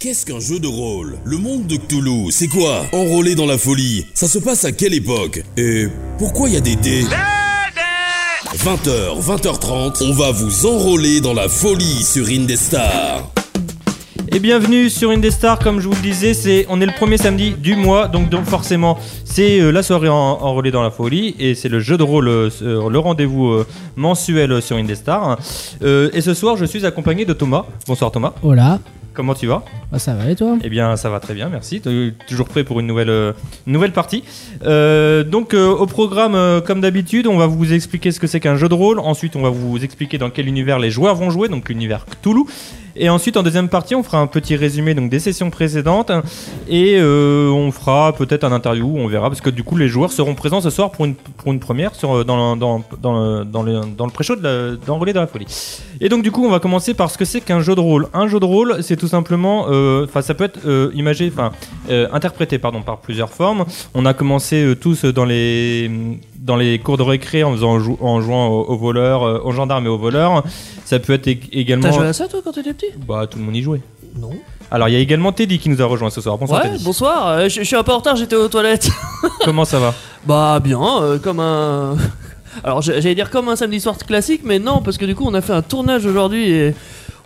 Qu'est-ce qu'un jeu de rôle Le monde de Cthulhu, c'est quoi Enrôlé dans la folie, ça se passe à quelle époque Et pourquoi il y a des dés 20h, 20h30, on va vous enrôler dans la folie sur Indestar. Et bienvenue sur Indestar, comme je vous le disais, c'est on est le premier samedi du mois, donc, donc forcément c'est euh, la soirée en, enrôlée dans la folie et c'est le jeu de rôle, euh, sur- le rendez-vous euh, mensuel sur Indestar. Euh, et ce soir, je suis accompagné de Thomas. Bonsoir Thomas, Voilà, comment tu vas bah, ça va et toi Eh bien, ça va très bien, merci. Tu- Toujours prêt pour une nouvelle, euh, une nouvelle partie. Euh, donc, euh, au programme, euh, comme d'habitude, on va vous expliquer ce que c'est qu'un jeu de rôle. Ensuite, on va vous expliquer dans quel univers les joueurs vont jouer, donc l'univers Cthulhu. Et ensuite, en deuxième partie, on fera un petit résumé donc, des sessions précédentes. Et euh, on fera peut-être un interview, on verra, parce que du coup, les joueurs seront présents ce soir pour une, pour une première sur, euh, dans, le- dans, dans le, dans le, dans le pré-show de la- d'Enrôler dans la folie. Et donc du coup, on va commencer par ce que c'est qu'un jeu de rôle. Un jeu de rôle, c'est tout simplement, euh, enfin ça peut être euh, imagé, enfin euh, interprété pardon par plusieurs formes. On a commencé euh, tous euh, dans les dans les cours de récré en faisant jou- en jouant aux, aux voleurs, euh, aux gendarmes et aux voleurs. Ça peut être ég- également. T'as joué à ça toi quand t'étais petit Bah tout le monde y jouait. Non. Alors il y a également Teddy qui nous a rejoint ce soir. Bonsoir ouais, Teddy. bonsoir, euh, je je suis un peu en retard, j'étais aux toilettes. Comment ça va bah bien, euh, comme un... Alors j'a- j'allais dire comme un samedi soir classique, mais non, parce que du coup on a fait un tournage aujourd'hui et...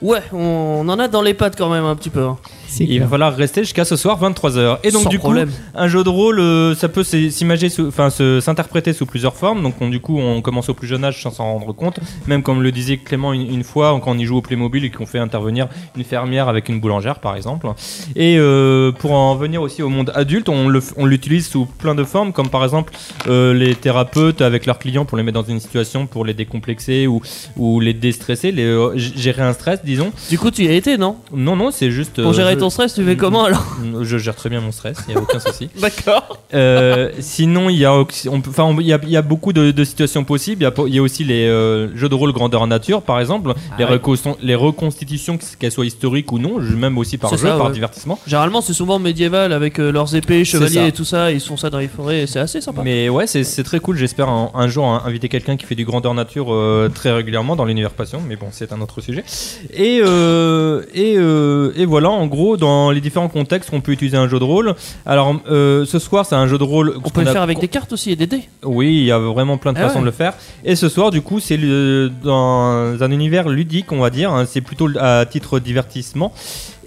Ouais, on, on en a dans les pattes quand même un petit peu. hein. C'est Il va falloir rester jusqu'à ce soir 23h. Et donc Sans du coup, problème. Un jeu de rôle, euh, ça peut s'é- s'imager, sous- enfin se- s'interpréter sous plusieurs formes. Donc on- du coup, on commence au plus jeune âge sans s'en rendre compte. Même comme le disait Clément une, une fois, quand on y joue au Playmobil et qu'on fait intervenir une fermière avec une boulangère, par exemple. Et euh, pour en venir aussi au monde adulte, on le f- on l'utilise sous plein de formes, comme par exemple euh, les thérapeutes avec leurs clients pour les mettre dans une situation pour les décomplexer ou, ou les déstresser, les, euh, g- gérer un stress, disons. Du coup tu y as été, non Non, non, c'est juste. Pour euh, gérer je- ton stress, tu fais Mm. comment alors Je gère très bien mon stress, il n'y a aucun souci. D'accord. Euh, sinon, il y a, ox- on peut- enfin, on- il y a, il y a beaucoup de, de situations possibles. Il y a po- il y, a aussi les euh, jeux de rôle grandeur en nature, par exemple, Ah les, recon- les reconstitutions, qu- qu'elles soient historiques ou non, je- même aussi par C'est jeu, ça, par ouais. divertissement. Généralement c'est souvent médiéval avec euh, leurs épées, C'est chevaliers ça. et tout ça, ils font ça dans les forêts et c'est assez sympa. Mais ouais, c'est- c'est très cool. J'espère un, un jour hein, inviter quelqu'un qui fait du grandeur nature euh, très régulièrement dans l'univers passion, mais bon, c'est un autre sujet. Et, euh, et, euh, et voilà, en gros, dans les différents contextes qu'on peut utiliser un jeu de rôle. Alors, euh, ce soir, c'est un jeu de rôle. On peut le faire avec des cartes aussi et des dés. Oui, il y a vraiment plein de Ah façons de ouais. le faire. Et ce soir, du coup, c'est le- dans un univers ludique, on va dire. hein. C'est plutôt à titre divertissement.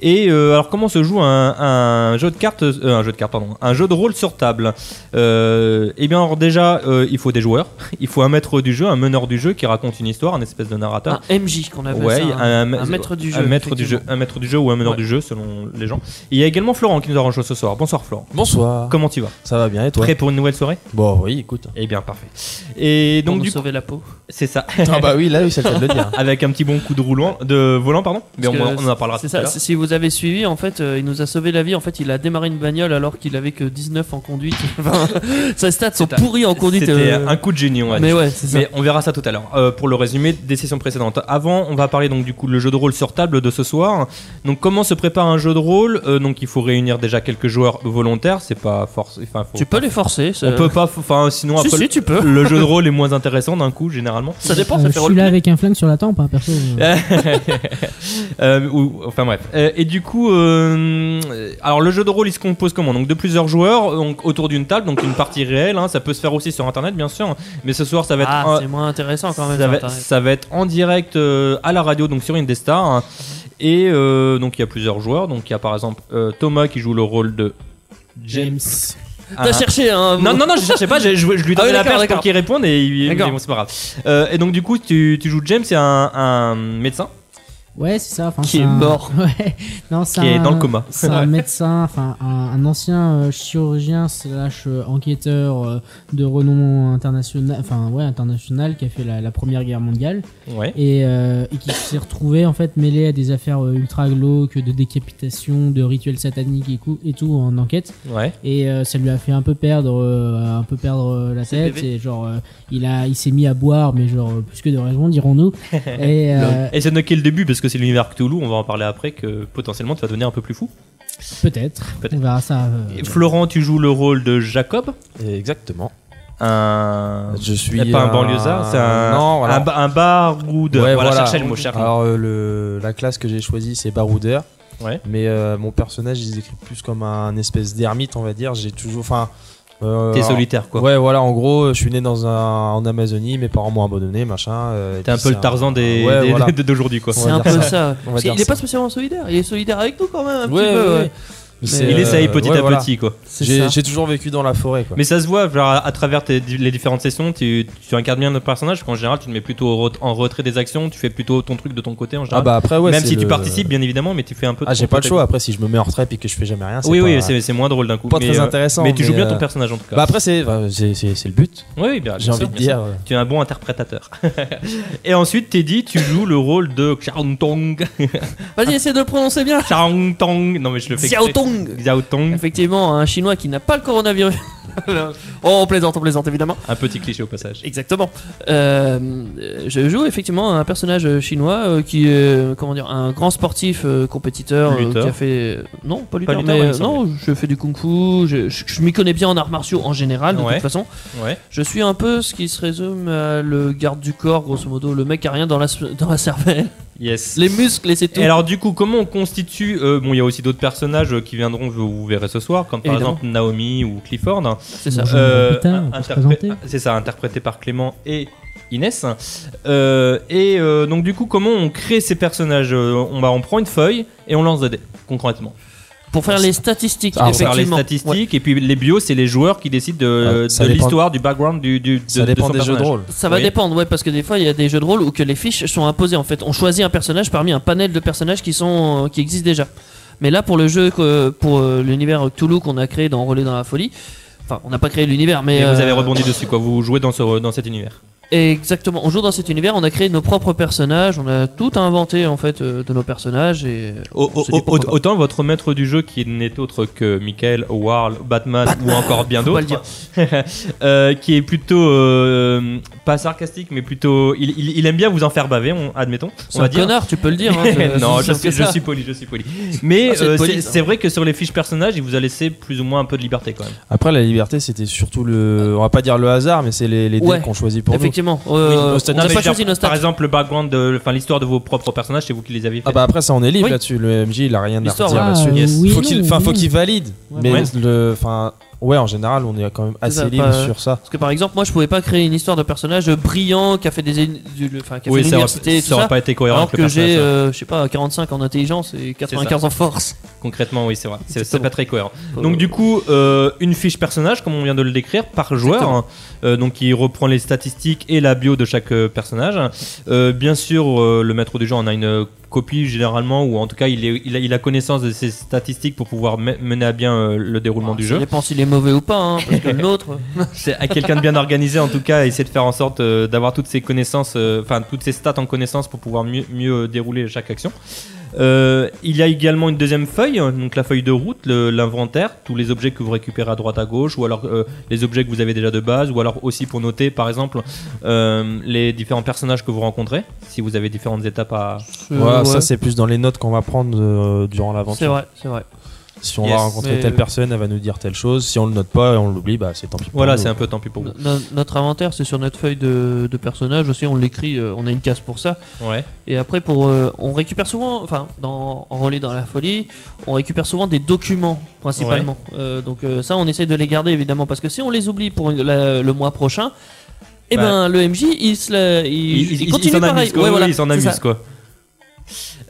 Et euh, alors, comment se joue un, un jeu de cartes, euh, un jeu de cartes, pardon, un jeu de rôle sur table Euh, Eh bien, alors déjà, euh, il faut des joueurs, il faut un maître du jeu, un meneur du jeu qui raconte une histoire, un espèce de narrateur. Un MJ qu'on appelle Ouais, ça, un- un maître Ah, du jeu. un maître du jeu, un maître du jeu ou un meneur Ouais. du jeu selon les gens. Et il y a également Florent qui nous arrange ce soir. Bonsoir Florent. Bonsoir. Comment tu vas Ça va bien et toi Prêt pour une nouvelle soirée Bon, oui, écoute. Eh bien parfait. Et Donc donc du coup, sauver la peau. c'est ça. Ah bah oui, là, oui, c'est le cas de le dire. avec un petit bon coup de roulant, de volant, pardon. Mais Parce on, que on en parlera tout C'est à ça, l'heure. si vous avez suivi, en fait, euh, il nous a sauvé la vie. En fait, il a démarré une bagnole alors qu'il avait que 19 en conduite. Enfin, Ses stats sont C'était- pourries en conduite. C'était euh, un coup de génie, on va Mais dire. ouais, c'est ça. Mais on verra ça tout à l'heure euh, pour le résumé des sessions précédentes. Avant, on va parler donc du coup le jeu de rôle sur table de ce soir. Donc comment se prépare un jeu de rôle Euh, Donc il faut réunir déjà quelques joueurs volontaires. C'est pas force. Enfin, faut- Tu peux les forcer. ça- On peut pas. faut- Enfin, sinon Si, après si, tu peux. le le jeu de rôle est moins intéressant d'un coup généralement. Ça dépend, Euh, ça je fait suis là roleplay. avec un flingue sur la tempe, hein, perso. euh, Euh, ou- enfin bref. Euh, et du coup, euh, euh, alors le jeu de rôle il se compose comment Donc de plusieurs joueurs donc, autour d'une table, donc une partie réelle. hein, ça peut se faire aussi sur internet bien sûr, mais ce soir ça va être Ah, un- c'est moins intéressant quand même. ça, sur va, Internet. ça va être en direct euh, à la radio, donc sur Indestar. hein. Et euh, donc il y a plusieurs joueurs. Donc il y a par exemple euh, Thomas qui joue le rôle de James. T'as cherché, hein Ah, Non, vous- non, non, je cherchais pas, je, je- je lui Ah donnais la oui, d'accord, perche pour d'accord. qu'il réponde et il- mais D'accord. bon, c'est pas grave. Euh, et donc, du coup, tu, tu joues James, c'est un, un médecin Ouais, c'est ça. enfin, Qui c'est est un- mort. Ouais. Non, c'est qui est Ah. un- dans le coma. C'est un médecin, enfin un, un ancien euh, chirurgien slash euh, enquêteur euh, de renom international, enfin ouais international, qui a fait la, la Première Guerre mondiale Ouais. et, euh, et qui s'est retrouvé en fait mêlé à des affaires euh, ultra glauques, de décapitation, de rituels sataniques et, cou- et tout en enquête. Ouais. et euh, ça lui a fait un peu perdre euh, un peu perdre euh, la C'est le tête et genre euh, il a il s'est mis à boire mais genre euh, plus que de raison dirons-nous et euh, Et c'est n'est qu'est le début parce que c'est l'univers Cthulhu, on va en parler après que potentiellement tu vas devenir un peu plus fou. peut-être Peut-être. on verra ça euh, Et Florent, tu joues le rôle de Jacob, Exactement. un Je suis. pas un Ah. banlieusard, c'est un Non, voilà. un, ba- un baroudeur. Ouais, voilà, voilà. cherchez le mot, cherchez le mot. Alors, euh, le- la classe que j'ai choisie, c'est baroudeur. Ouais. Mais euh, mon personnage, il se décrit plus comme un espèce d'ermite, on va dire. J'ai toujours. Enfin. euh, T'es alors- solitaire quoi. Ouais, voilà, en gros, je suis né dans un, en Amazonie, mes parents m'ont abandonné, machin. euh, et T'es un puis peu le c'est Tarzan des, Ouais, des- voilà. de- d'aujourd'hui quoi. On C'est va un dire peu ça. ça. On va Parce dire qu'il est ça. pas spécialement solidaire, il est solidaire avec nous quand même un Ouais, petit peu. ouais, ouais. ouais. Mais Mais- c'est, Il essaye euh, petit ouais, à voilà. petit quoi. C'est ça. J'ai, j'ai toujours vécu dans la forêt, quoi. Mais ça se voit, genre à, à travers tes- les différentes sessions, tu, tu incarnes bien notre personnage, parce qu'en général tu te mets plutôt au re- en retrait des actions, tu fais plutôt ton truc de ton côté en ah général. bah après, ouais. Même c'est si tu le- participes bien évidemment, mais tu fais un peu. Ah, ton j'ai pas le côté. choix. Après, si je me mets en retraite et que je fais jamais rien, c'est Oui, pas, oui, c'est c'est moins drôle d'un coup. pas mais, très euh, intéressant. mais tu joues bien euh, ton personnage en tout cas. Bah après, c'est, bah, c'est, c'est, c'est le but. oui, oui, bien, J'ai Ah, bien envie sûr, de bien sûr. dire. euh, Tu es un bon interprétateur. Et ensuite, Teddy, tu joues le rôle de Xiao Tong. Vas-y, essaie de le prononcer bien. Xiao Tong. Non, mais je le fais. Xiao exprès. Tong. Xiao Tong. Effectivement, un chinois qui n'a pas le coronavirus. oh, on plaisante, on plaisante évidemment. Un petit cliché au passage. Exactement. Euh, euh, je joue effectivement un personnage euh, chinois euh, qui est comment dire un grand sportif euh, compétiteur euh, Lutteur. qui a fait non pas lutteur, lutteur, mais, ouais, il me euh, non je fais du kung fu je, je- je m'y connais bien en arts martiaux en général de Ouais. toute façon Ouais. je suis un peu ce qui se résume à le garde du corps grosso modo le mec qui a rien dans la dans la cervelle Yes. les muscles et c'est tout Et alors du coup, comment on constitue euh, Bon, il y a aussi d'autres personnages euh, qui viendront, vous, vous verrez ce soir, comme par Évidemment. exemple Naomi ou Clifford. hein. c'est ça Bonjour. Putain, un- faut hein, se Euh, interpré- ah, présenter. C'est ça, interprété par Clément et Inès. Euh, et euh, donc du coup, comment on crée ces personnages Euh, On va, on prend une feuille et on lance des dés, concrètement. pour faire les statistiques Ah, Pour faire les effectivement. statistiques Ouais. et puis les bios, c'est les joueurs qui décident de, Ouais, ça de dépend- l'histoire, du background, du, du de, Ça de dépend son des jeux de personnage. rôle. Ça va Oui. dépendre, ouais, parce que des fois il y a des jeux de rôle où que les fiches sont imposées en fait. On choisit un personnage parmi un panel de personnages qui sont euh, qui existent déjà. Mais là pour le jeu, que- pour euh, l'univers Cthulhu qu'on a créé dans Relais dans la folie, enfin on n'a pas créé l'univers, mais Et vous avez euh, rebondi dessus, quoi. Vous jouez dans ce dans cet univers. Exactement. On joue dans cet univers, on a créé nos propres personnages, on a tout inventé en fait euh, de nos personnages et euh, Au- on au- s'est dit pourquoi au- pas. autant votre maître du jeu qui n'est autre que Michael Howard, Batman, ou encore bien Faut pas le d'autres, euh, qui est plutôt euh, pas sarcastique mais plutôt il, il- il aime bien vous en faire baver, on- admettons, C'est on va un dire. connard, tu peux le dire. hein, c'est- non, c'est je simple suis, que je ça. suis poli, je suis poli. Mais Ah, c'est euh, poli, c'est ça. c'est vrai que sur les fiches personnages, il vous a laissé plus ou moins un peu de liberté quand même. Après, la liberté, c'était surtout le. On va pas dire le hasard, mais c'est les, les dés Ouais. qu'on choisit pour nous. Effectivement. euh, nos stats- on n'a mais je pas veux choisi dire, nos par stats. exemple, le background, de- enfin l'histoire de vos propres personnages, c'est vous qui les avez fait. Ah bah après ça on est libre Oui. là-dessus, le MJ il a rien à L'histoire, redire voilà. là-dessus. Ah, yes. oui, faut non, qu'il enfin, oui, faut non. qu'il valide. Ouais. Mais Ouais. le enfin ouais en général on est quand même ça, assez pas- libre sur ça. Parce que par exemple, moi je pouvais pas créer une histoire de personnage brillant qui a fait des du- le- enfin qui a oui, fait ça aurait, l'université et tout ça aurait ça. pas été cohérent Alors avec le que j'ai, personnage, ça. euh, je sais pas, 45 en intelligence et 95 en force. euh, Concrètement, oui, c'est vrai. C'est- C'est Exactement. pas très cohérent. Euh, Donc du coup, euh, une fiche personnage, comme on vient de le décrire, par joueur, hein. Euh, donc qui reprend les statistiques et la bio de chaque euh, personnage. Euh, bien sûr, euh, le maître du jeu en a une euh, copie généralement, ou en tout cas, il, est- il a, il a connaissance de ces statistiques pour pouvoir me- mener à bien euh, le déroulement du Ça jeu. dépend s'il est mauvais ou pas, hein, parce que l'autre. C'est à quelqu'un de bien organisé en tout cas, essayer de faire en sorte euh, d'avoir toutes ses connaissances, euh, enfin toutes ses stats en connaissance pour pouvoir mieux, mieux euh, dérouler chaque action. Euh, il y a également une deuxième feuille, euh, donc la feuille de route, le- l'inventaire, tous les objets que vous récupérez à droite à gauche, ou alors euh, les objets que vous avez déjà de base, ou alors aussi pour noter par exemple euh, les différents personnages que vous rencontrez, si vous avez différentes étapes à... euh, Voilà, ouais. ça c'est plus dans les notes qu'on va prendre euh, durant C'est l'aventure. vrai, c'est vrai. Si on Yes. euh, va rencontrer Mais- telle personne, elle va nous dire telle chose. Si on le note pas et on l'oublie, bah c'est tant pis. pour Voilà, nous. c'est un peu tant pis pour vous. No- notre inventaire, c'est sur notre feuille de, de personnage aussi. On l'écrit, euh, on a une case pour ça. Ouais. Et après, pour, euh, on récupère souvent, enfin, dans en relais dans la folie, on récupère souvent des documents principalement. Euh, donc euh, ça, on essaye de les garder évidemment parce que si on les oublie pour la- le mois prochain, eh Ouais. ben le MJ il, se la- il, il continue s'en pareil. amuse, quoi. Ouais, Oui, voilà, il s'en c'est amuse, ça. quoi.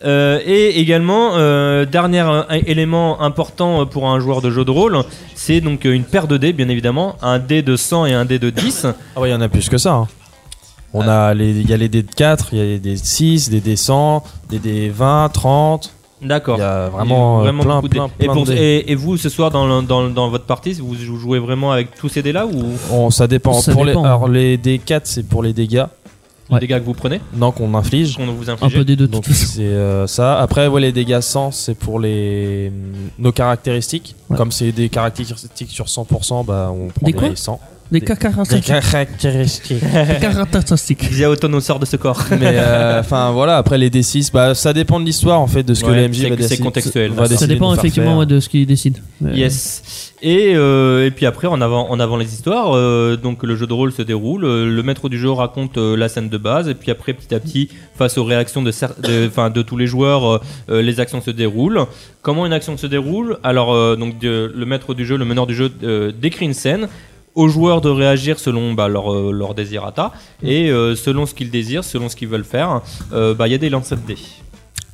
Euh, et également, euh, dernier euh, élément important euh, pour un joueur de jeu de rôle, c'est donc euh, une paire de dés, bien évidemment, un dé de 100 et un dé de 10. Ah ouais, il y en a plus que ça. hein. On a les il y a les dés de 4, il y a les dés de 6, des dés de 100, des dés de 20, 30. D'accord. Il y a vraiment, euh, plein, beaucoup de dés. plein, et, plein pour- de dés. et- et vous, ce soir, dans, le- dans, dans votre partie, vous jou- jouez vraiment avec tous ces dés-là ou On, ça dépend. Ça pour dépend. Les, alors les dés 4 c'est pour les dégâts, les dégâts que vous prenez non qu'on inflige. Qu'on vous Un inflige peu des deux. de Donc toute façon. c'est euh, ça. Après, ouais, les dégâts 100, c'est pour les mm, nos caractéristiques. Ouais. Comme c'est des caractéristiques sur 100%, bah on prend Des des, quoi 100. Des Des- Des caractéristiques. caractéristiques. Des caractéristiques. Xia Auton sort de ce corps. Mais euh, enfin voilà, après les D6, bah, ça dépend de l'histoire en fait, de ce que Ouais, l'MJ c'est- va c'est décider- contextuel, va là, ça. décider Ça de nous dépend faire effectivement faire. ouais, de ce Euh, qu'ils décident. Ouais. Yes. Et, euh, et puis après, en avant, en avant les histoires, euh, donc le jeu de rôle se déroule, euh, le maître du jeu raconte euh, la scène de base, et puis après, petit à petit, face aux réactions de, cer- de, enfin, de tous les joueurs, euh, euh, les actions se déroulent. Comment une action se déroule Alors, euh, donc, de- le maître du jeu, le meneur du jeu euh, décrit une scène, aux joueurs de réagir selon bah, leur, euh, leur désirata, et euh, selon ce qu'ils désirent, selon ce qu'ils veulent faire, euh, bah, il y a des lancers de dés.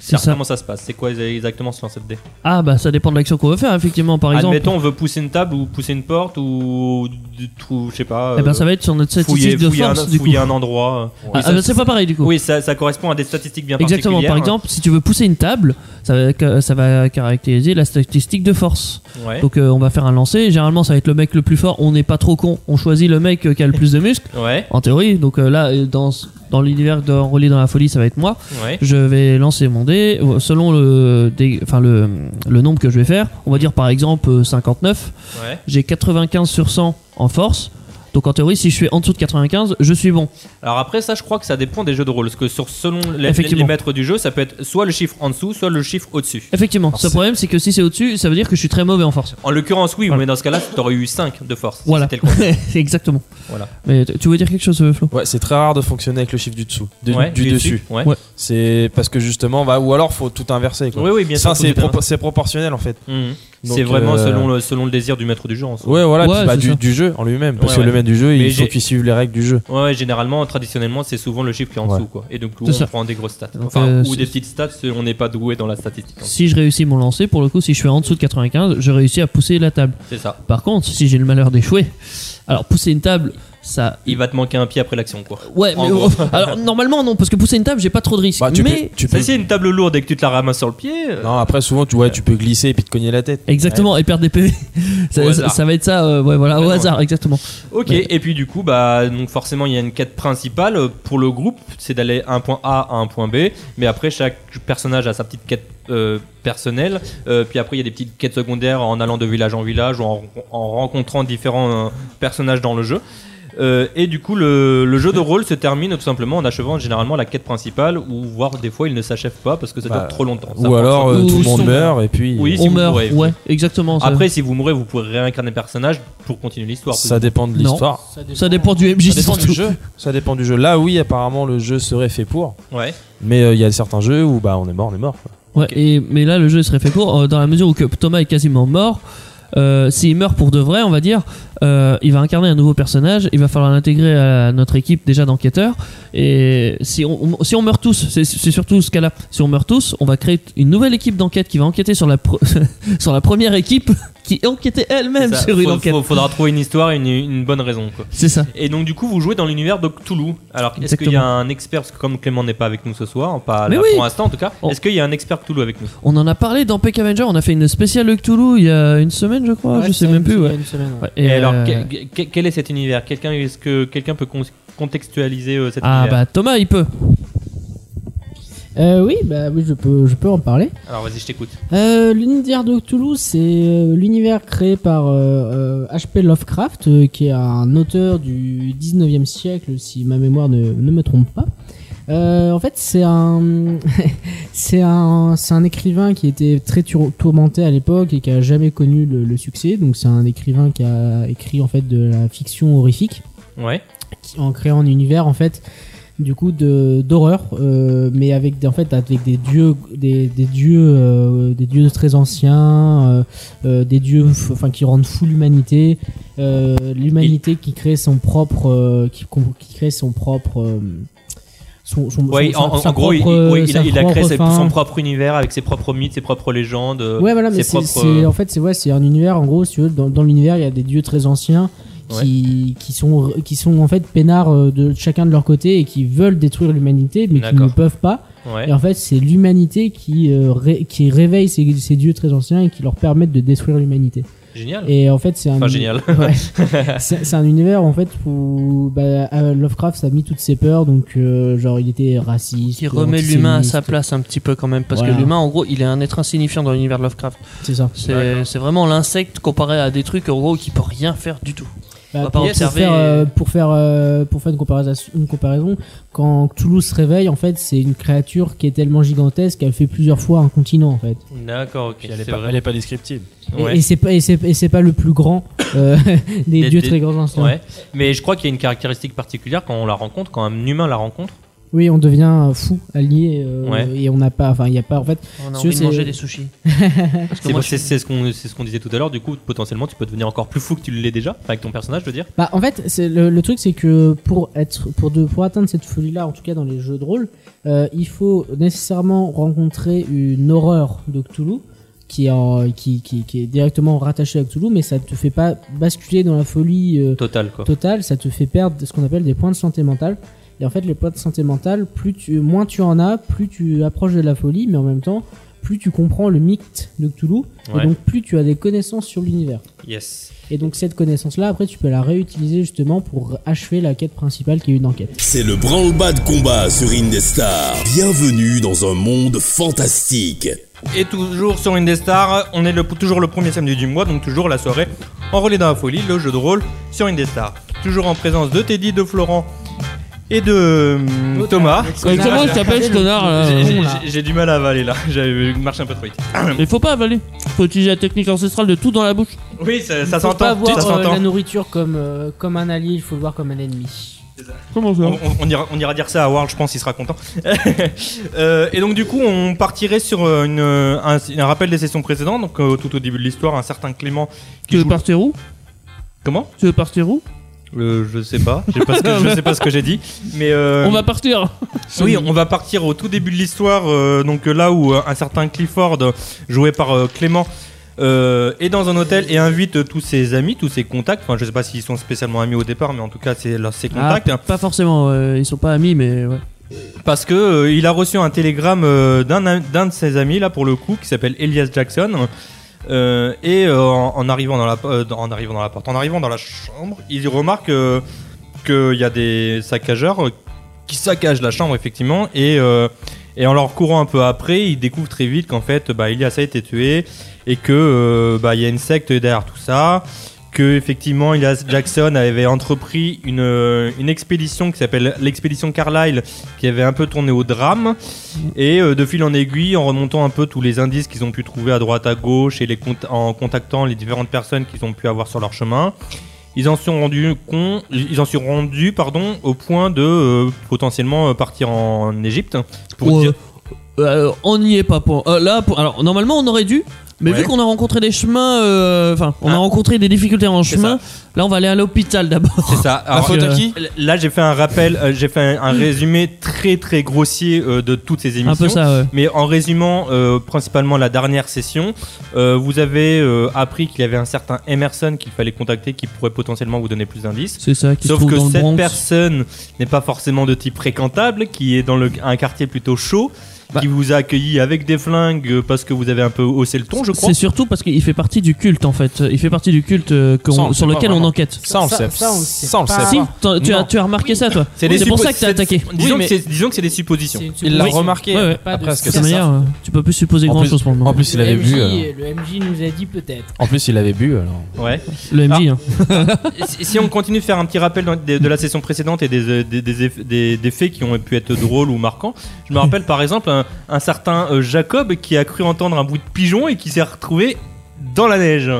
C'est Alors, ça. Comment ça se passe C'est quoi exactement ce lancer de dés Ah bah ça dépend de l'action qu'on veut faire effectivement par exemple. Admettons, on veut pousser une table ou pousser une porte ou du trou, je sais pas. Eh ben euh, ça va être sur notre fouiller, statistique de fouiller un- force du coup. fouiller un endroit. euh, Ah, et ah ça- bah, c'est pas pareil du coup. Oui, hein. ça, ça correspond à des statistiques bien Exactement. Par particulières. exemple, si tu veux pousser une table, ça va, ca- ça va caractériser la statistique de force. Ouais, Donc euh, on va faire un lancer. Généralement, ça va être le mec le plus fort. On n'est pas trop con. On choisit le mec euh, qui a le plus de muscles. ouais, En théorie. Donc euh, là, euh, dans ce- dans l'univers d'enrôler dans la folie, ça va être moi. ouais. Je vais lancer mon dé euh, selon le, dé- enfin le, le nombre que je vais faire. On va dire par exemple euh, 59. ouais. J'ai 95 sur 100 en force. Donc en théorie, si je suis en dessous de 95, je suis bon. Alors après, ça, je crois que ça dépend des jeux de rôle. Parce que sur, selon les, Effectivement. les maîtres du jeu, ça peut être soit le chiffre en dessous, soit le chiffre au-dessus. Effectivement. Ce problème, c'est que si c'est au-dessus, ça veut dire que je suis très mauvais en force. En l'occurrence, oui, mais dans ce cas-là, t'aurais eu 5 de force. si Voilà. c'était le cas. Exactement. Voilà. Mais t- tu veux dire quelque chose, euh, Flo Ouais, c'est très rare de fonctionner avec le chiffre du dessous, de- Ouais, du, dessus. Ouais. Ouais. C'est parce que justement, bah, ou alors faut tout inverser. Quoi. Oui, oui, bien Enfin, sûr. c'est tout est propor- c'est proportionnel en fait. un- Mhm. Donc, C'est vraiment euh, selon, le, selon le désir du maître du jeu en soi. Ouais, voilà, Ouais, puis, bah, c'est ça. du, du jeu en lui-même, parce Ouais, que ouais. le maît du jeu, Mais il faut j'ai- qu'il suive les règles du jeu. Ouais, ouais, généralement, traditionnellement, c'est souvent le chiffre qui est en Ouais. dessous, quoi. Et donc, on C'est ça. prend des grosses stats. Donc, Enfin, euh, ou c'est- des petites stats si on n'est pas doué dans la statistique. en fait. Si je réussis mon lancer, pour le coup, si je suis en dessous de 95, je réussis à pousser la table. C'est ça. Par contre, si j'ai le malheur d'échouer, alors pousser une table, ça. Il va te manquer un pied après l'action, quoi. Ouais, En mais gros. alors normalement non, parce que pousser une table, j'ai pas trop de risques. Bah, tu mais peux, tu Ça, peux- si une table lourde et que tu te la ramasses sur le pied, euh, Non, après souvent, tu, ouais, tu peux glisser et puis te cogner la tête. exactement, et perdre des PV, Au ça, ça- hasard. ça va être ça. euh, ouais, voilà, au Ouais, hasard, exactement. Ok, Ouais. et puis du coup, bah, donc forcément, il y a une quête principale euh, pour le groupe, c'est d'aller un point A à un point B, mais après, chaque personnage a sa petite quête euh, personnelle, euh, puis après, il y a des petites quêtes secondaires en allant de village en village ou en, en rencontrant différents euh, personnages dans le jeu. Euh, et du coup, le, le jeu de rôle se termine tout simplement en achevant généralement la quête principale, ou voire des fois, il ne s'achève pas parce que ça Bah, dure trop longtemps. Ça Ou prend alors euh, Ou tout le son- monde meurt et puis Oui, euh, si On vous meurt, mourrez, ouais, exactement. ça. Après, si vous mourrez, vous pouvez réincarner le personnage pour continuer l'histoire. euh, ça dépend de Non. l'histoire. ça dépend du MJ Ça dépend du surtout. jeu. Ça dépend du jeu. Là, oui, apparemment, le jeu serait fait pour. Ouais. Mais euh, il y a certains jeux où bah on est mort, on est mort. quoi. Ouais, et, mais là, le jeu serait fait pour, euh, dans la mesure où que Thomas est quasiment mort. euh, S'il meurt pour de vrai, on va dire, euh, il va incarner un nouveau personnage, il va falloir l'intégrer à notre équipe déjà d'enquêteurs. Et si on, on- si on meurt tous, c'est c'est surtout ce cas-là, si on meurt tous, on va créer une nouvelle équipe d'enquête qui va enquêter sur la, pro- sur la première équipe qui enquêtait elle-même Ça, sur une faut- enquête. faut- faudra trouver une histoire et une, une bonne raison. Quoi. C'est ça. Et donc, du coup, vous jouez dans l'univers de Cthulhu. Alors, est-ce qu'il y a Exactement. un expert, parce que comme Clément n'est pas avec nous ce soir, pas Mais là oui. pour l'instant en tout cas, Oh. est-ce qu'il y a un expert Cthulhu avec nous On en a parlé dans Peck Avenger, on a fait une spéciale Cthulhu il y a une semaine, je crois, je sais même plus. Ouais. Ouais, Et, alors, euh, que- que- quel est cet univers Quelqu'un est-ce que quelqu'un peut con- contextualiser euh, cet Ah univers bah Thomas, il peut. Euh, oui, bah oui, je peux, je peux en parler. Alors, vas-y, je t'écoute. Euh, l'univers de Cthulhu, c'est euh, l'univers créé par euh, euh, H.P. Lovecraft, euh, qui est un auteur du 19e siècle, si ma mémoire ne, ne me trompe pas. Euh, en fait, c'est un, c'est un, c'est un écrivain qui était très tour- tourmenté à l'époque et qui a jamais connu le, le succès. Donc, c'est un écrivain qui a écrit en fait de la fiction horrifique Ouais. qui- en créant un univers en fait du coup de d'horreur euh, mais avec des- en fait avec des dieux des, des dieux euh, des dieux très anciens euh, euh, des dieux f- enfin qui rendent fou l'humanité euh, l'humanité qui crée son propre euh, qui, com- qui crée son propre euh, son, son- Ouais, son- en, en- sa en gros, il- propre, il, euh, ouais, il sa a, il a créé propre ses- fin. son propre univers avec ses propres mythes, ses propres légendes. euh, Ouais, voilà, mais ses c'est, propres, c'est- euh, en fait, c'est, ouais, c'est un univers, en gros, si tu veux, dans, dans l'univers, il y a des dieux très anciens qui, qui, sont, qui sont en fait peinards euh, de chacun de leur côté et qui veulent détruire l'humanité, mais qui D'accord. ne peuvent pas. ouais. Et en fait, c'est l'humanité qui, euh, ré- qui réveille ces, ces dieux très anciens et qui leur permettent de détruire l'humanité. Génial. Et en fait, c'est un. Enfin, génial. Ouais. c'est, c'est un univers en fait où bah, euh, Lovecraft a mis toutes ses peurs, donc euh, genre il était raciste. qui remet l'humain à sa antisémite, place un petit peu quand même parce Voilà. que l'humain en gros il est un être insignifiant dans l'univers de Lovecraft C'est ça. c'est c'est vraiment l'insecte comparé à des trucs en gros qui peut rien faire du tout On va pas Bah, pour, observer. Pour faire, euh, pour faire, euh, pour faire une, comparaison, une comparaison, quand Cthulhu se réveille, en fait, c'est une créature qui est tellement gigantesque qu'elle fait plusieurs fois un continent, en fait. D'accord, ok. Elle est, c'est pas, vrai. elle est pas descriptive. Et- Ouais. Et, c'est pas, et c'est et c'est pas le plus grand euh, des Des- dieux des- très grands instants. Ouais. Mais je crois qu'il y a une caractéristique particulière quand on la rencontre, quand un humain la rencontre. Oui, on devient euh, fou, allié, euh, Ouais. et on n'a pas, enfin, il n'y a pas, en fait, On a Si, envie de c'est- manger des sushis. Parce que C'est moi, c'est- c'est ce qu'on c'est ce qu'on disait tout à l'heure. Du coup, potentiellement, tu peux devenir encore plus fou que tu l'es déjà, enfin, avec ton personnage, je veux dire. Bah, en fait, c'est le, le truc, c'est que pour être, pour de, pour atteindre cette folie-là, en tout cas dans les jeux de rôle, euh, il faut nécessairement rencontrer une horreur de Cthulhu qui est, en- qui, qui, qui est directement rattachée à Cthulhu, mais ça te fait pas basculer dans la folie euh, Total, quoi. totale, ça te fait perdre ce qu'on appelle des points de santé mentale. Et en fait, les points de santé mentale, plus tu, moins tu en as, plus tu approches de la folie, mais en même temps, plus tu comprends le mythe de Cthulhu, Ouais. et donc plus tu as des connaissances sur l'univers. Yes. Et donc cette connaissance-là, après, tu peux la réutiliser justement pour achever la quête principale qui est une enquête. C'est le branle-bas de combat sur Indestar. Bienvenue dans un monde fantastique. Et toujours sur Indestar, on est le- toujours le premier samedi du mois, donc toujours la soirée en relais dans la folie, le jeu de rôle sur Indestar. Toujours en présence de Teddy, de Florent et de hum, L'autre, Thomas. avec son Ouais, comment Oh, Ah, il j'ai s'appelle regardé ce le- connard là J'ai- bon, j'ai- là. j'ai- J'ai du mal à avaler là, je marche un peu trop vite. Il faut pas avaler. Faut utiliser la technique ancestrale de tout dans la bouche. Oui, ça, ça Il faut pas s'entend. voir Ça euh, la s'entend. nourriture comme, euh, comme un allié, il faut le voir comme un ennemi. Comment ça On, on- on ira, on ira dire ça à World, je pense, il sera content. Euh, et donc du coup, on partirait sur euh, une, euh, un, un rappel des sessions précédentes. Donc euh, tout au début de l'histoire, un certain Clément Tu qui veux joue... partir où Comment Tu veux partir où Euh, Je sais pas. Je sais pas ce que, je sais pas ce que j'ai dit. Mais euh, On va partir oui, on va partir au tout début de l'histoire. euh, donc euh, là où euh, un certain Clifford, euh, joué par euh, Clément. euh, est dans un hôtel et invite euh, tous ses amis, tous ses contacts. Enfin, je sais pas s'ils sont spécialement amis au départ, mais en tout cas, c'est leurs- ses Ah, contacts. Pas forcément, euh, ils sont pas amis, mais ouais. Parce que euh, il a reçu un télégramme euh, d'un am- d'un de ses amis là pour le coup qui s'appelle Elias Jackson. Euh, et euh, en, en arrivant dans la po- euh, dans- en arrivant dans la porte, en arrivant dans la chambre, il remarque euh, qu'il y a des saccageurs euh, qui saccagent la chambre effectivement et euh, et en leur courant un peu après, il découvre très vite qu'en fait bah, Elias a été tué et que euh, bah, il y a une secte derrière tout ça. Que effectivement, Elias Jackson avait entrepris une, euh, une expédition qui s'appelle l'expédition Carlyle, qui avait un peu tourné au drame. Et euh, de fil en aiguille, en remontant un peu tous les indices qu'ils ont pu trouver à droite, à gauche, et les cont- en contactant les différentes personnes qu'ils ont pu avoir sur leur chemin, ils en sont rendus con- ils en sont rendus, pardon, au point de euh, potentiellement euh, partir en Égypte pour Ouais. dire. Euh, on n'y est pas pour. euh, là, pour- alors normalement, on aurait dû. Mais Ouais. vu qu'on a rencontré des chemins, euh, enfin, on a Ah. rencontré des difficultés en C'est chemin, là on va aller à l'hôpital d'abord. C'est ça. Alors, Ah. faute à euh, qui Là, j'ai fait un rappel, euh, j'ai fait un, un résumé très très grossier euh, de toutes ces émissions. Un peu ça, ouais. Mais en résumant euh, principalement la dernière session, euh, vous avez euh, appris qu'il y avait un certain Emerson qu'il fallait contacter qui pourrait potentiellement vous donner plus d'indices. C'est ça, qui se Sauf trouve que dans le cette Bronx. personne n'est pas forcément de type fréquentable, qui est dans le, un quartier plutôt chaud, Bah. qui vous a accueilli avec des flingues euh, parce que vous avez un peu haussé le ton, je crois. C'est surtout parce qu'il fait partie du culte en fait. Il fait partie du culte euh, qu'on- Ça, on le sur sait lequel pas on vraiment. enquête. Ça, on le Ça- sait. ça, on le sait Ça, on le pas. sait. Si, pas. t'en- tu as, Non. tu as remarqué ça toi. des C'est pour suppo- ça que t'as c'est- attaqué. Disons, Oui, mais- que c'est- disons que c'est des suppositions. Il l'a remarqué Ouais, ouais. après ce De que toute ça. manière, euh, tu peux plus supposer En grand plus- chose pour le moment. En plus, il avait euh. bu. alors. Le MJ nous a dit peut-être. En plus, il avait bu. Alors. Ouais. Le MJ. Ah. hein. si, si on continue de faire un petit rappel dans- de, de la session précédente et des, euh, des, des eff- des- des faits qui ont pu être drôles ou marquants, je me rappelle par exemple un, un certain euh, Jacob qui a cru entendre un bout de pigeon et qui s'est retrouvé dans la neige.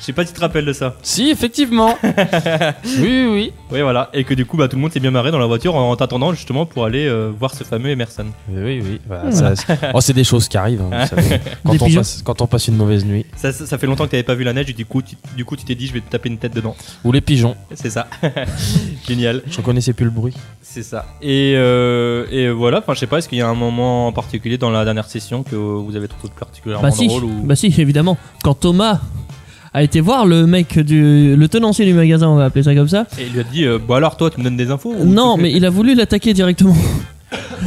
Je sais pas si tu te rappelles de ça. Si, effectivement. oui, oui, oui. Oui, voilà. Et que du coup, bah, tout le monde s'est bien marré dans la voiture en, en t'attendant justement pour aller euh, voir ce fameux Emerson. Euh, Oui, oui. Voilà, ça- oh, c'est des choses qui arrivent. hein, vous savez. Des quand, on pigeons. passe, quand on passe une mauvaise nuit. Ça, ça, ça fait longtemps que t'avais pas vu la neige et du coup, tu, du coup, tu t'es dit, je vais te taper une tête dedans. Ou les pigeons. C'est ça. Génial. Je reconnaissais plus le bruit. C'est ça. Et, euh, et voilà, enfin, je sais pas, est-ce qu'il y a un moment en particulier dans la dernière session que euh, vous avez trouvé particulièrement Bah si, drôle ou... bah si, évidemment. Quand Thomas a été voir le mec du, le tenancier du magasin, on va appeler ça comme ça. Et il lui a dit, euh, bon alors toi, tu me donnes des infos ou- Non, Ah, mais il a voulu l'attaquer directement.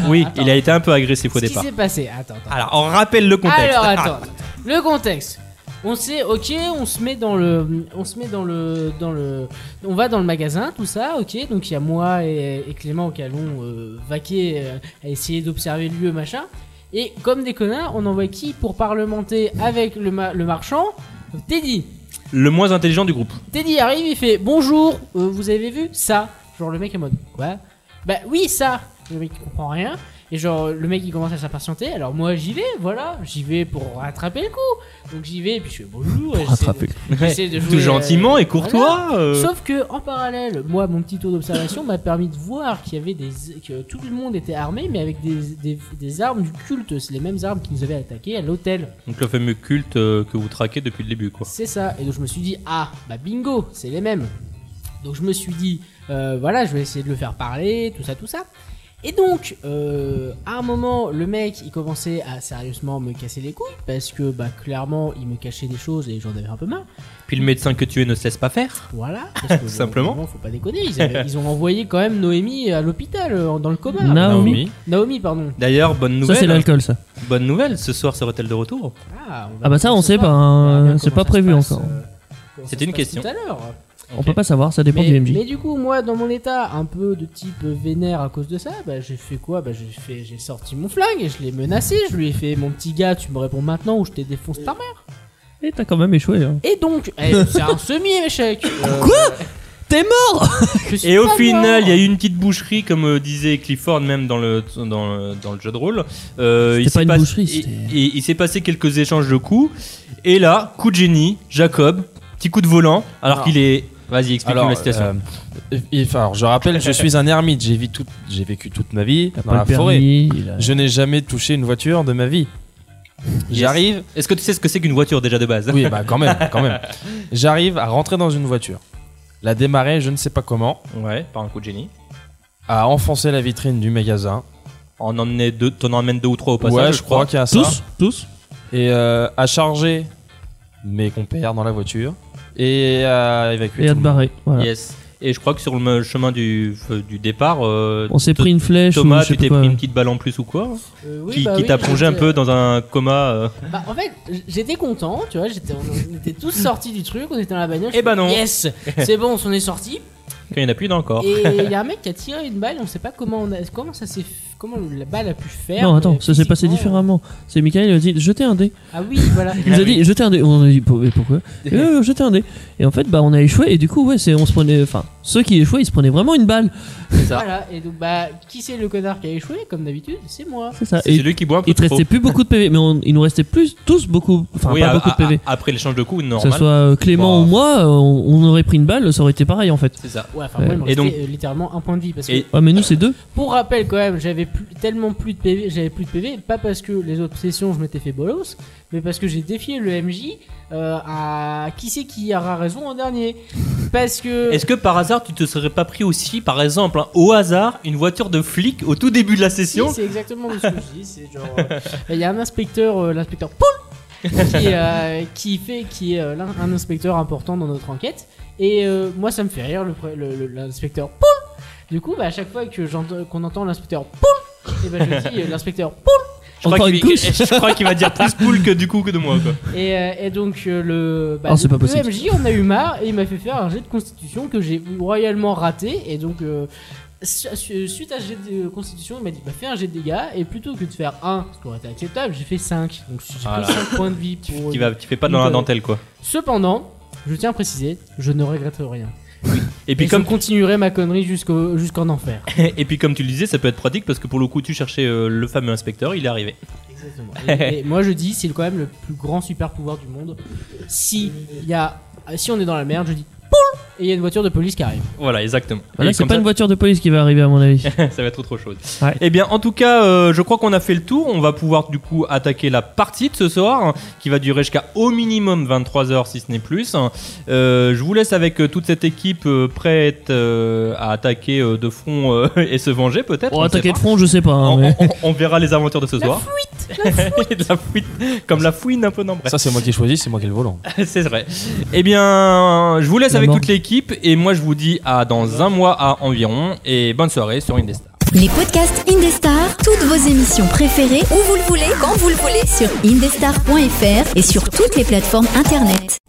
Oui, il a été un peu agressif au Ce qui départ. s'est passé Attends, attends. Alors, on rappelle le contexte. Alors Ah, attends, le contexte. On sait, ok, on se met dans le, on se met dans le, dans le, on va dans le magasin, tout ça, ok. Donc il y a moi et, et Clément qui allons euh, vaquer euh, à essayer d'observer le lieu, machin. Et comme des connards, on envoie qui pour parlementer avec le, ma- le marchand Teddy. Ah, le moins intelligent du groupe. Teddy arrive, il fait bonjour, euh, vous avez vu ça Genre le mec est en mode quoi Bah oui ça Le mec il comprend rien. Et genre le mec il commence à s'impatienter, alors moi j'y vais, voilà, j'y vais pour rattraper le coup. Donc j'y vais et puis je fais bonjour. et j'essaie Rattraper. de- j'essaie de jouer, Tout euh, gentiment et courtois. euh. Sauf que en parallèle, moi mon petit tour d'observation m'a permis de voir qu'il y avait des que tout le monde était armé mais avec des, des- des armes du culte, c'est les mêmes armes qui nous avaient attaqué à l'hôtel. Donc le fameux culte euh, que vous traquez depuis le début, quoi. C'est ça. Et donc je me suis dit, ah, bah bingo, c'est les mêmes. Donc je me suis dit, euh, voilà, je vais essayer de le faire parler, tout ça, tout ça. Et donc, euh, à un moment, le mec, il commençait à sérieusement me casser les couilles parce que, bah, clairement, il me cachait des choses et j'en avais un peu marre. Puis le médecin que tu es ne se laisse pas faire. Voilà. Parce que, Simplement. bon, faut pas déconner. Ils, avaient- ils ont envoyé quand même Noémie à l'hôpital euh, dans le coma. Naomi. Naomi, pardon. Ah D'ailleurs, bonne Ah Ça, nouvelle. Bah, c'est l'alcool, ça. bonne nouvelle, ce soir sera-t-elle de retour Ah, Ah bah ça, on sait pas, hein, Bah, c'est pas prévu encore. euh, C'était une question. Tout à l'heure. On peut pas savoir, ça dépend mais, du MJ. mais du coup, moi, dans mon état un peu de type vénère à cause de ça, bah, j'ai fait quoi Bah, j'ai fait, j'ai sorti mon flingue et je l'ai menacé. Je lui ai fait, mon petit gars, tu me réponds maintenant ou je te défonce ta mère. Et t'as quand même échoué. hein. Et donc, eh, c'est un semi-échec. Euh, Quoi T'es mort Et au final, il y a eu une petite boucherie, comme euh, disait Clifford même dans le, dans le, dans le jeu de rôle. Euh, C'était il pas s'est une passé- boucherie, il- c'était- Il, il s'est passé quelques échanges de coups. Et là, coup de génie, Jacob, petit coup de volant, alors Non. qu'il est... Vas-y, explique-nous Alors, la situation. euh, il- enfin, alors, je rappelle, je suis un ermite. J'ai vécu, toute- j'ai vécu toute ma vie T'as dans pas la le permis. forêt. il a- Je n'ai jamais touché une voiture de ma vie. Yes. J'arrive. Est-ce que tu sais ce que c'est qu'une voiture déjà de base Oui, bah quand même, quand même. J'arrive à rentrer dans une voiture, la démarrer, je ne sais pas comment, Ouais, par un coup de génie. à enfoncer la vitrine du magasin. On en est deux, t'en emmènes deux ou trois au passage, ouais, je crois qu'il y a ça. Tous Tous Et euh, à charger mes compères dans la voiture et à Et évacuer. à tout le te monde. barrer. Voilà. Yes. Et je crois que sur le me- chemin du, euh, du départ, euh, On s'est To- pris une flèche. ou Thomas, je sais tu t'es pas. pris une petite balle en plus ou quoi Euh, oui, Qui, bah qui oui, t'a plongé un j'étais- peu dans un coma euh. Bah, en fait, j- j'étais content, tu vois. J'étais, on était tous sortis du truc, on était dans la bagnole. Eh bah non. Oh. Yes, c'est bon, on s'en est sorti. Quand il n'y en a plus d'un encore. Et il y a un mec qui a tiré une balle, on sait pas comment, on a- comment ça s'est, comment la balle a pu faire. Non, attends, euh, ça s'est passé physiquement. différemment. C'est Michael, il a dit jetez un dé. Ah oui, voilà. Il nous a dit jetez un dé. On a dit pour- mais pourquoi Et, euh, Jetez un dé. Et en fait, bah, on a échoué. Et du coup, ouais, c'est on se prenait. Enfin, ceux qui échouaient, ils se prenaient vraiment une balle. Voilà, et donc, bah, qui c'est le connard qui a échoué Comme d'habitude, c'est moi. C'est ça. C'est Et celui qui boit un peu il te trop. restait plus beaucoup de PV, mais on- il nous restait plus tous beaucoup. Enfin, Oui, pas à- beaucoup de à- PV. Après l'échange de coups, Que ce normal. soit euh, Clément Bah. ou moi, euh, on, on aurait pris une balle, ça aurait été pareil en fait. C'est ça. Ouais, enfin, moi, il me Et restait donc- euh, littéralement un point de vie. Parce que, Et- Ouais, mais nous, c'est deux. pour rappel, quand même, j'avais plus- tellement plus de PV, j'avais plus de PV, pas parce que les autres sessions je m'étais fait bolos, mais parce que j'ai défié le MJ euh, à qui c'est qui aura raison en dernier. Parce que. Est-ce que par hasard tu te serais pas pris aussi, par exemple, hein, au hasard, une voiture de flic au tout début de la Si, session c'est exactement ce que je dis. C'est genre, euh, il y a un inspecteur, euh, l'inspecteur Paul, qui, euh, qui fait, qui est euh, l'un- un inspecteur important dans notre enquête. Et euh, moi, ça me fait rire le pre- le- le- l'inspecteur Paul. Du coup, bah, à chaque fois que j'entends- qu'on entend l'inspecteur Paul, et ben je dis euh, l'inspecteur Paul. Je crois Encore qu'il- une couche. je crois qu'il va dire plus poule que du coup que de moi. Quoi. Et, euh, et donc euh, le, bah, Ah, c'est le- pas possible. le MJ, on a eu marre et il m'a fait faire un jet de constitution que j'ai royalement raté. Et donc euh, su- su- suite à ce jet de constitution, il m'a dit bah, fais un jet de dégâts et plutôt que de faire 1, ce qui aurait été acceptable, j'ai fait 5. Donc j'ai Voilà. que 5 points de vie. Pour, Tu, vas, tu fais pas dans la dentelle quoi. Cependant, je tiens à préciser, je ne regrette rien. Et Et, puis, comme, je continuerai ma connerie jusqu'au- jusqu'en enfer. et puis comme tu le disais, ça peut être pratique parce que pour le coup tu cherchais euh, le fameux inspecteur, il est arrivé. Exactement. Et, et moi je dis, c'est quand même le plus grand super pouvoir du monde. Si, il y a, si on est dans la merde, je dis Poul et il y a une voiture de police qui arrive. Voilà, exactement. Voilà, Et c'est comme pas ça, une voiture de police qui va arriver à mon avis. ça va être autre chose. Ouais. Eh bien, en tout cas, euh, je crois qu'on a fait le tour. On va pouvoir du coup attaquer la partie de ce soir, hein, qui va durer jusqu'à au minimum 23 heures, si ce n'est plus. Euh, je vous laisse avec euh, toute cette équipe euh, prête euh, à attaquer euh, de front euh, et se venger peut-être. Oh, on sait attaquer de pas. front, je sais pas. hein, On, mais- on- on verra les aventures de ce soir. Fuite, la fuite, comme la fouine un peu non bref. Ça, c'est moi qui choisis, c'est moi qui ai le volant. C'est vrai. Eh bien, je vous laisse La avec mort. toute l'équipe et moi je vous dis à dans un mois à environ et bonne soirée sur Indestar. Les podcasts Indestar, toutes vos émissions préférées, où vous le voulez, quand vous le voulez, sur indestar.fr et sur toutes les plateformes internet.